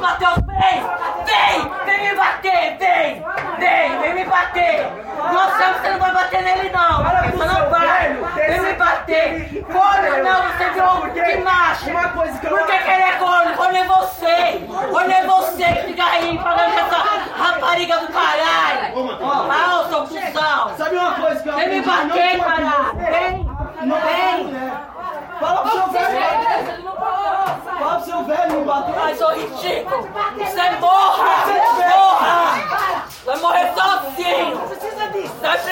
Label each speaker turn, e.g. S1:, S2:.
S1: Matheus, vem! Vem! Vem me bater! Vem! Vem! Vem me bater! Não sei que você não vai bater nele, não! Mas não vai! Vem me bater! Corno não, você virou de macho! Por que que ele é corno? Corno é você! Corno é você que fica aí falando com essa rapariga do caralho! Ó, seu cuzão!
S2: Sabe uma coisa que eu
S1: Vem me
S2: aprendi?
S1: bater,
S2: Não pode
S1: caralho!
S2: mulher.
S1: Vem!
S2: Não pode
S1: Vem! é
S2: mulher. Fala pro seu velho. Fala pro seu velho, não
S1: Ai,
S2: bater.
S1: sou ridículo! Você é morra! Morra! Vai morrer sozinho! Você precisa